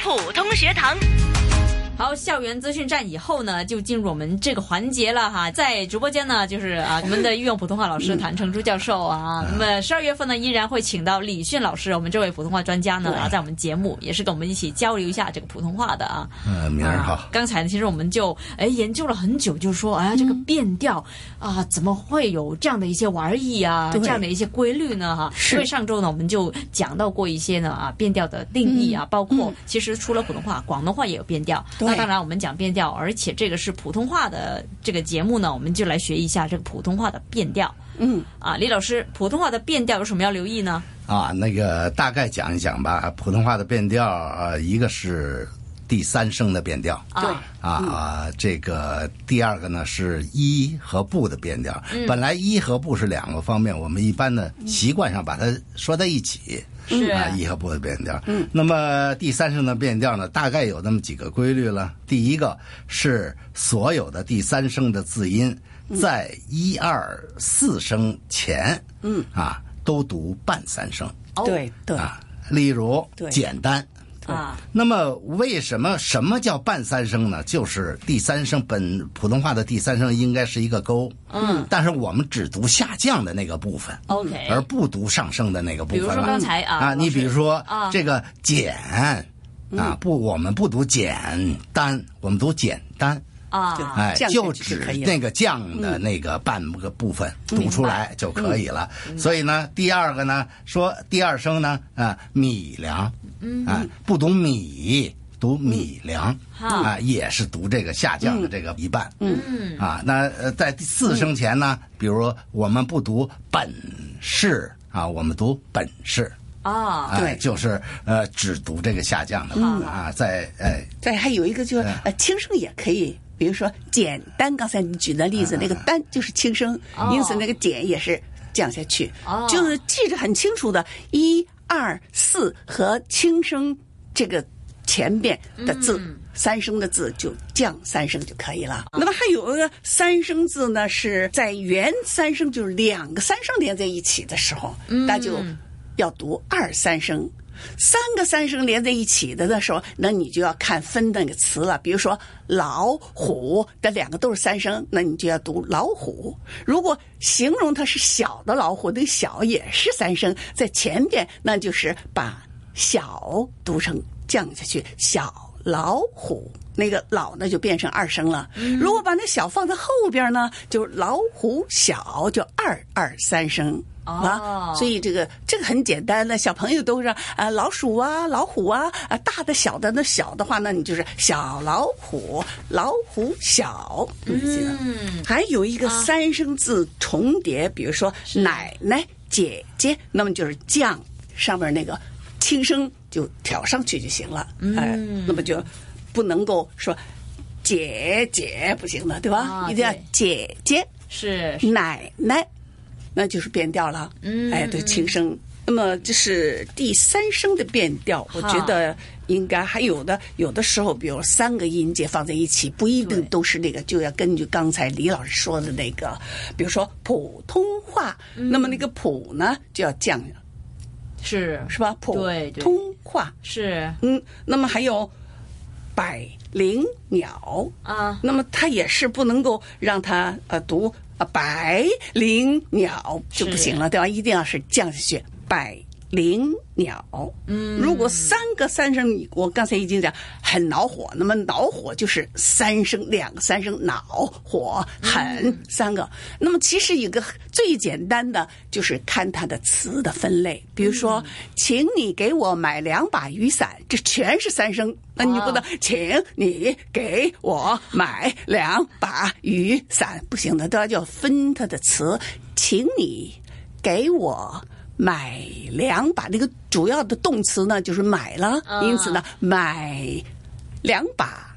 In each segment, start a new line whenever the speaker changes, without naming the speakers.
普通学堂。
好，校园资讯站以后呢，就进入我们这个环节了哈。在直播间呢，就是啊，我们的御用普通话老师谭成珠教授啊，那么十二月份呢，依然会请到李迅老师，我们这位普通话专家呢，啊在我们节目也是跟我们一起交流一下这个普通话的啊。
嗯，明儿好
啊。刚才呢其实我们就哎研究了很久，就说哎呀这
嗯
个变调啊，怎么会有这样的一些玩意啊，
对
这样的一些规律呢？哈，
是
因为上周呢我们就讲到过一些呢啊变调的定义啊，包括
嗯
其实除了普通话，广东话也有变调。
对
那当然我们讲变调，而且这个是普通话的这个节目呢，我们就来学一下这个普通话的变调
嗯，
啊。李老师，普通话的变调有什么要留意呢？
啊，那个大概讲一讲吧。普通话的变调，呃，一个是第三声的变调。
啊
对
啊啊，这个第二个呢是一和不的变调。本来一和不是两个方面，我们一般呢习惯上把它说在一起。
是
啊，一和不的变调。嗯，那么第三声的变调呢，大概有那么几个规律了。第一个是所有的第三声的字音在一二四声前，嗯啊，都读半三声
哦
对对
啊。例如
对
简单，
啊，
那么为什么什么叫半三声呢？就是第三声本普通话的第三声应该是一个勾，嗯，但是我们只读下降的那个部分
嗯
OK
而不读上升的那个部分了。
哎比如说刚才啊老师
你比如说
啊嗯
这个简啊，不，我们不读简单，我们读简单。
啊。
哎，
降
就
去就
只
可以了
那个降的那个半个部分读出来就可以了。所以呢，第二个呢，说第二声呢，啊，米粮，啊，不读米，读米粮，啊，也是读这个下降的这个一半，嗯，啊，那呃，在第四声前呢，比如我们不读本事啊，我们读本事。
啊
啊
对
就是呃，只读这个下降的部分啊，在哎，
对，还有一个就是呃，轻声也可以，比如说简单，刚才你举的例子，那个单就是轻声，因此那个简也是降下去，
哦
就是记着很清楚的，一二四和轻声这个前边的字。三声的字就降三声就可以了。那么还有一个三声字呢，是在原三声，就是两个三声连在一起的时候，那就要读二三声。三个三声连在一起的的时候，那你就要看分那个词了。比如说老虎这两个都是三声，那你就要读老虎。如果形容它是小的老虎，那个小也是三声，在前边那就是把小读成降下去，小老虎。那个老呢就变成二声了。如果把那小放在后边呢，就老虎小就二二三声
哦
啊。所以这个这个很简单的，小朋友都是啊、呃老鼠啊老虎啊啊大的小的那小的话呢，你就是小老虎老虎小，你记得。
嗯，
还有一个三声字重叠，比如说奶奶、姐姐，那么就是降上面那个轻声就挑上去就行了。
嗯
哎，那么就不能够说姐姐不行的，对吧？
啊
一定要
对
姐姐、
是
奶奶，那就是变调了。
嗯
哎，对，轻声。那么这是第三声的变调，我
好
觉得应该还有的，有的时候，比如三个音节放在一起，不一定
对
都是那个，就要根据刚才李老师说的那个，比如说普通话，
嗯
那么那个普呢就要降，
是
是吧？普
对对
通话，
是
嗯，那么还有百灵鸟，
啊，
那么它也是不能够让它呃读呃百灵鸟就不行了，对吧？一定要是降下去，百灵鸟。嗯，如果三个三声，我刚才已经讲很恼火，那么恼火就是三声，两个三声恼火很三个。那么其实一个最简单的就是看它的词的分类，比如说，请你给我买两把雨伞，这全是三声，那你就不能请你给我买两把雨伞，不行的，都要叫分它的词，请你给我买两把，那个主要的动词呢就是买了，
啊
因此呢买两把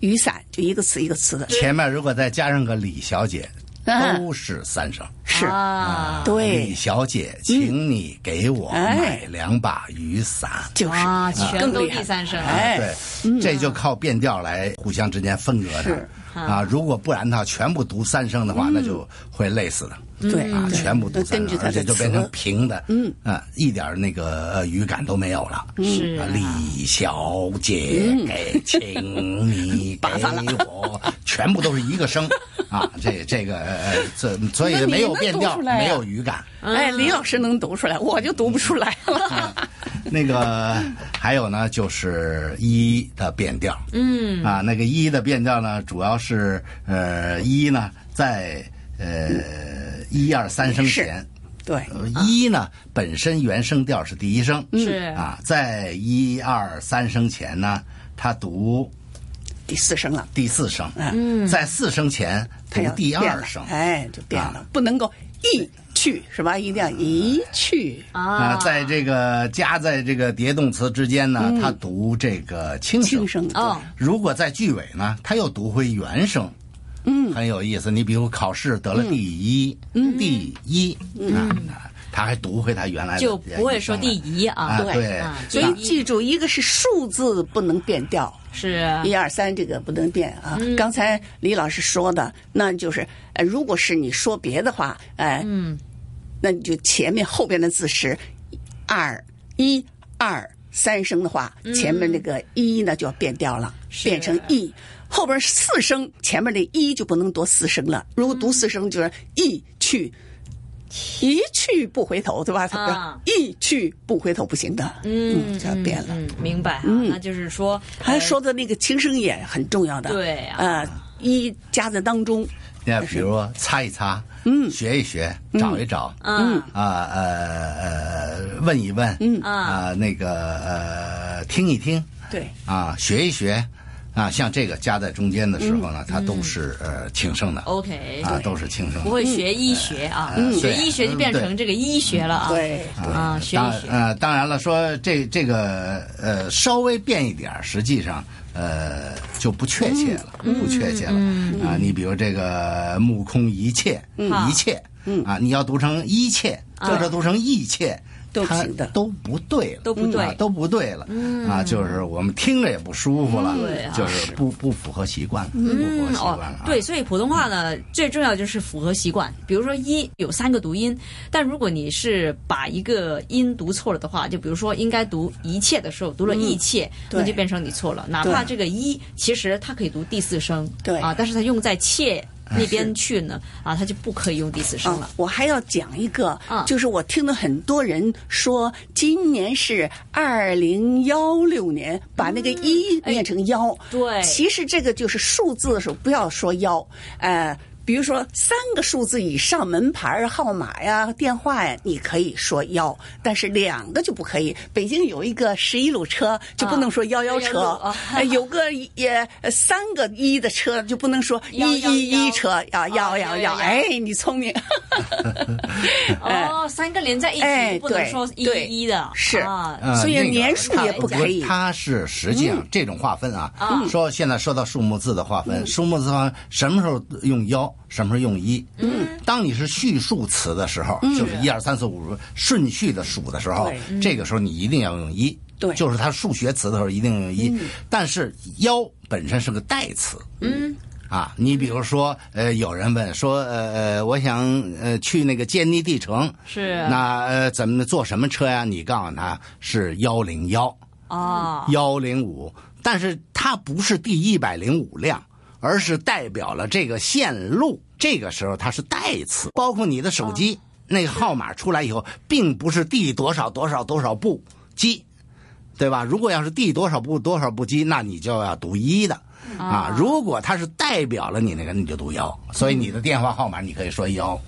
雨伞就一个词一个词的，
前面如果再加上个李小姐，
嗯
都是三声。
是，
啊，
对嗯哎
李，小姐，请你给我买两把雨伞。
就是
啊，
更
全都
厉
第
害
三声，
哎
对，这就靠变调来互相之间分隔
是嗯
它啊。如果不然的话，全部读三声的话，那就会累死的。
对
啊，
对
全部读三
根据
声，
它
而且
的
就变成
词，
平的，嗯啊，一点儿那个呃语感都没有了。
嗯
是
啊
啊
李小姐，给请 你给我，全部都是一个声啊。这这个呃，这所以
那你
没有
能
变
读
调，
出来啊
没有语感。
嗯
哎，李老师能读出来，我就读不出来了。
啊 那个还有呢，就是一的变调，嗯啊，那个一的变调呢，主要是呃一呢在呃一二三声前，
对，
呃一呢本身原声调是第一声，
是
啊，在一二三声前呢，它读
第四声了，
第四声，嗯，在四声前
它
读
要
第
变
二
了
声，
哎，就变了
啊，
不能够一去是吧？一定要一去，
啊、
啊，
在这个加在这个叠动词之间呢，它读这个轻声。
轻声
哦，
如果在句尾呢，它又读回原声，嗯，很有意思。你比如考试得了第一，第一，嗯，他还读回他原来的
就不会说第一啊
啊，
对
对
啊，
所以记住，一个是数字不能变调，
是
一二三这个不能变啊。
嗯
刚才李老师说的，那就是呃，如果是你说别的话，哎，嗯，那你就前面后边的字是二一二三声的话，前面那个一呢就要变调了，
嗯是啊
变成一。后边四声，前面那一就不能读四声了。如果
嗯
读四声，就是一去。一去不回头，对吧？他不
啊
是一去不回头不行的，嗯，就要变了。
嗯，明白啊，那就是说，
还
呃
说的那个轻声也很重要的，
对啊
呃，一夹在当中，
那比如说擦一擦，嗯，学一学，找一找，
嗯
啊呃呃，问一问，嗯啊那个呃听一听，
对，
啊，学一学啊，像这个夹在中间的时候呢，它都是呃轻声的
，OK，
啊，都是轻声
不
的。
会学医学啊，
嗯
学
对
医学就变成这个医学了啊，
对
啊，学
当
医学，
呃，当然了，说这这个呃稍微变一点儿，实际上呃就不确切了，
嗯
不确切了、啊。你比如这个目空一切，
嗯
一切，啊，你要读成一切，
啊
或者读成一切。
都
它
行的
都不对了，
都不对嗯
啊都不对了、啊！就是我们听着也不舒服了，
对啊
就是不不符合习惯了，不符合习惯
哦
了、啊，
对，所以普通话
嗯
呢，最重要就是符合习惯。比如说一有三个读音，但如果你是把一个音读错了的话，就比如说应该读一切的时候读了一切，
嗯对
那就变成你错了。哪怕这个一，其实它可以读第四声，
对
啊，但是它用在切那边去呢，啊，它就不可以用第四声了
啊。，我还要讲一个
嗯，
就是我听了很多人说，今年是二零幺六年，把那个一念成幺，
对
其实这个就是数字的时候不要说幺，呃。比如说三个数字以上门牌儿号码呀、电话呀，你可以说幺，但是两个就不可以。北京有一个十一路车就不能说幺啊幺车，
11路啊
呃有个也呃三个一的车就不能说一
111
一一车啊幺
幺
幺
幺
幺，哎，你聪明。
哦，三个连在一
哎
起，不能
对
说一
对
一的，
是
啊，
呃
所以
那个
年数
它
也不可以嗯
它是实际上这种划分啊，说现在说到数目字的划分，数目字划分什么时候用幺，什么时候用一。嗯，当你是序数词的时候，就是一二三四五顺序的数的时候
嗯对，嗯
这个时候你一定要用一。
对嗯
就是它数学词的时候一定用一，但是幺本身是个代词。嗯。啊，你比如说，呃，有人问说，呃呃，我想呃去那个坚尼地城，
是
那呃，怎么坐什么车呀？你告诉他是幺零幺、
啊，
幺零五，但是它不是第一百零五辆，而是代表了这个线路。这个时候它是代词，包括你的手机、那个号码出来以后，并不是第多少多少多少部机，对吧？如果要是第多少部多少部机，那你就要读一的。啊，如果它是代表了你那个，你就读幺，所以你的电话号码你可以说幺，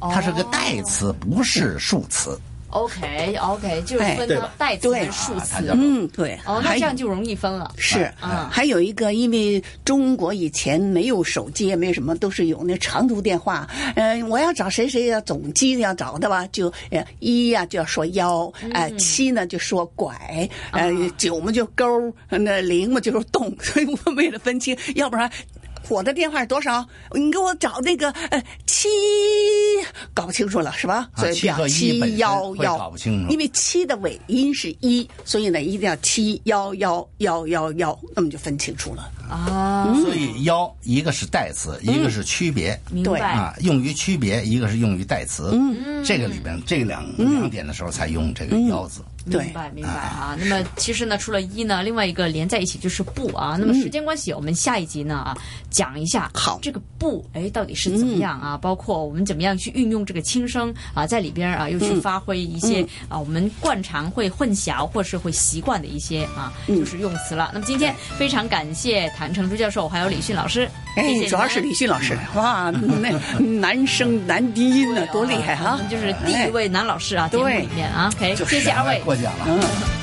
它是个代词，不是数词。
OK OK，就是
哎
分
对
到
吧
代词
对
跟数
啊它
词
叫。
嗯，对。
哦，那
还
这样就容易分了。
是
嗯，
还有一个，因为中国以前没有手机，也没有什么，都是有那长途电话。嗯、我要找谁谁要总机要找的吧，就呃一呀、就要说幺，
嗯
呃七呢就说拐，
啊
呃九嘛就勾，呃那零嘛就说洞。所以我为了分清，要不然我的电话是多少？你给我找那个呃七，搞不清楚了是吧？
啊
所以
七
表
和一本
七
身
幺
会
幺，
搞不清楚
因为七的尾音是一，所以呢一定要七幺幺幺幺幺，那么就分清楚了。
啊，
所以幺一个是代词，一个是区别。
明
对
白。
啊，用于区别，一个是用于代词，嗯，这个里边这两、
嗯
两点的时候才用这个“幺”字。
对
明，白，明白啊。那么其实呢，除了一呢，另外一个连在一起就是不啊。那么时间关系，我们下一集呢啊讲一下
嗯好嗯
这个不哎到底是怎么样啊？包括我们怎么样去运用这个轻声啊，在里边啊又
嗯
去发挥一些啊我们惯常会混淆或是会习惯的一些啊
嗯
就是用词了。那么今天非常感谢谭成珠教授还有李迅老师，谢谢你
哎，
们
主要是李迅老师，哇，那 男声男低音呢，多厉害
哎我
啊
们！就是第一位男老师啊，节目
对
里面啊，OK，
就是
谢谢二位。
过奖了。啊
嗯。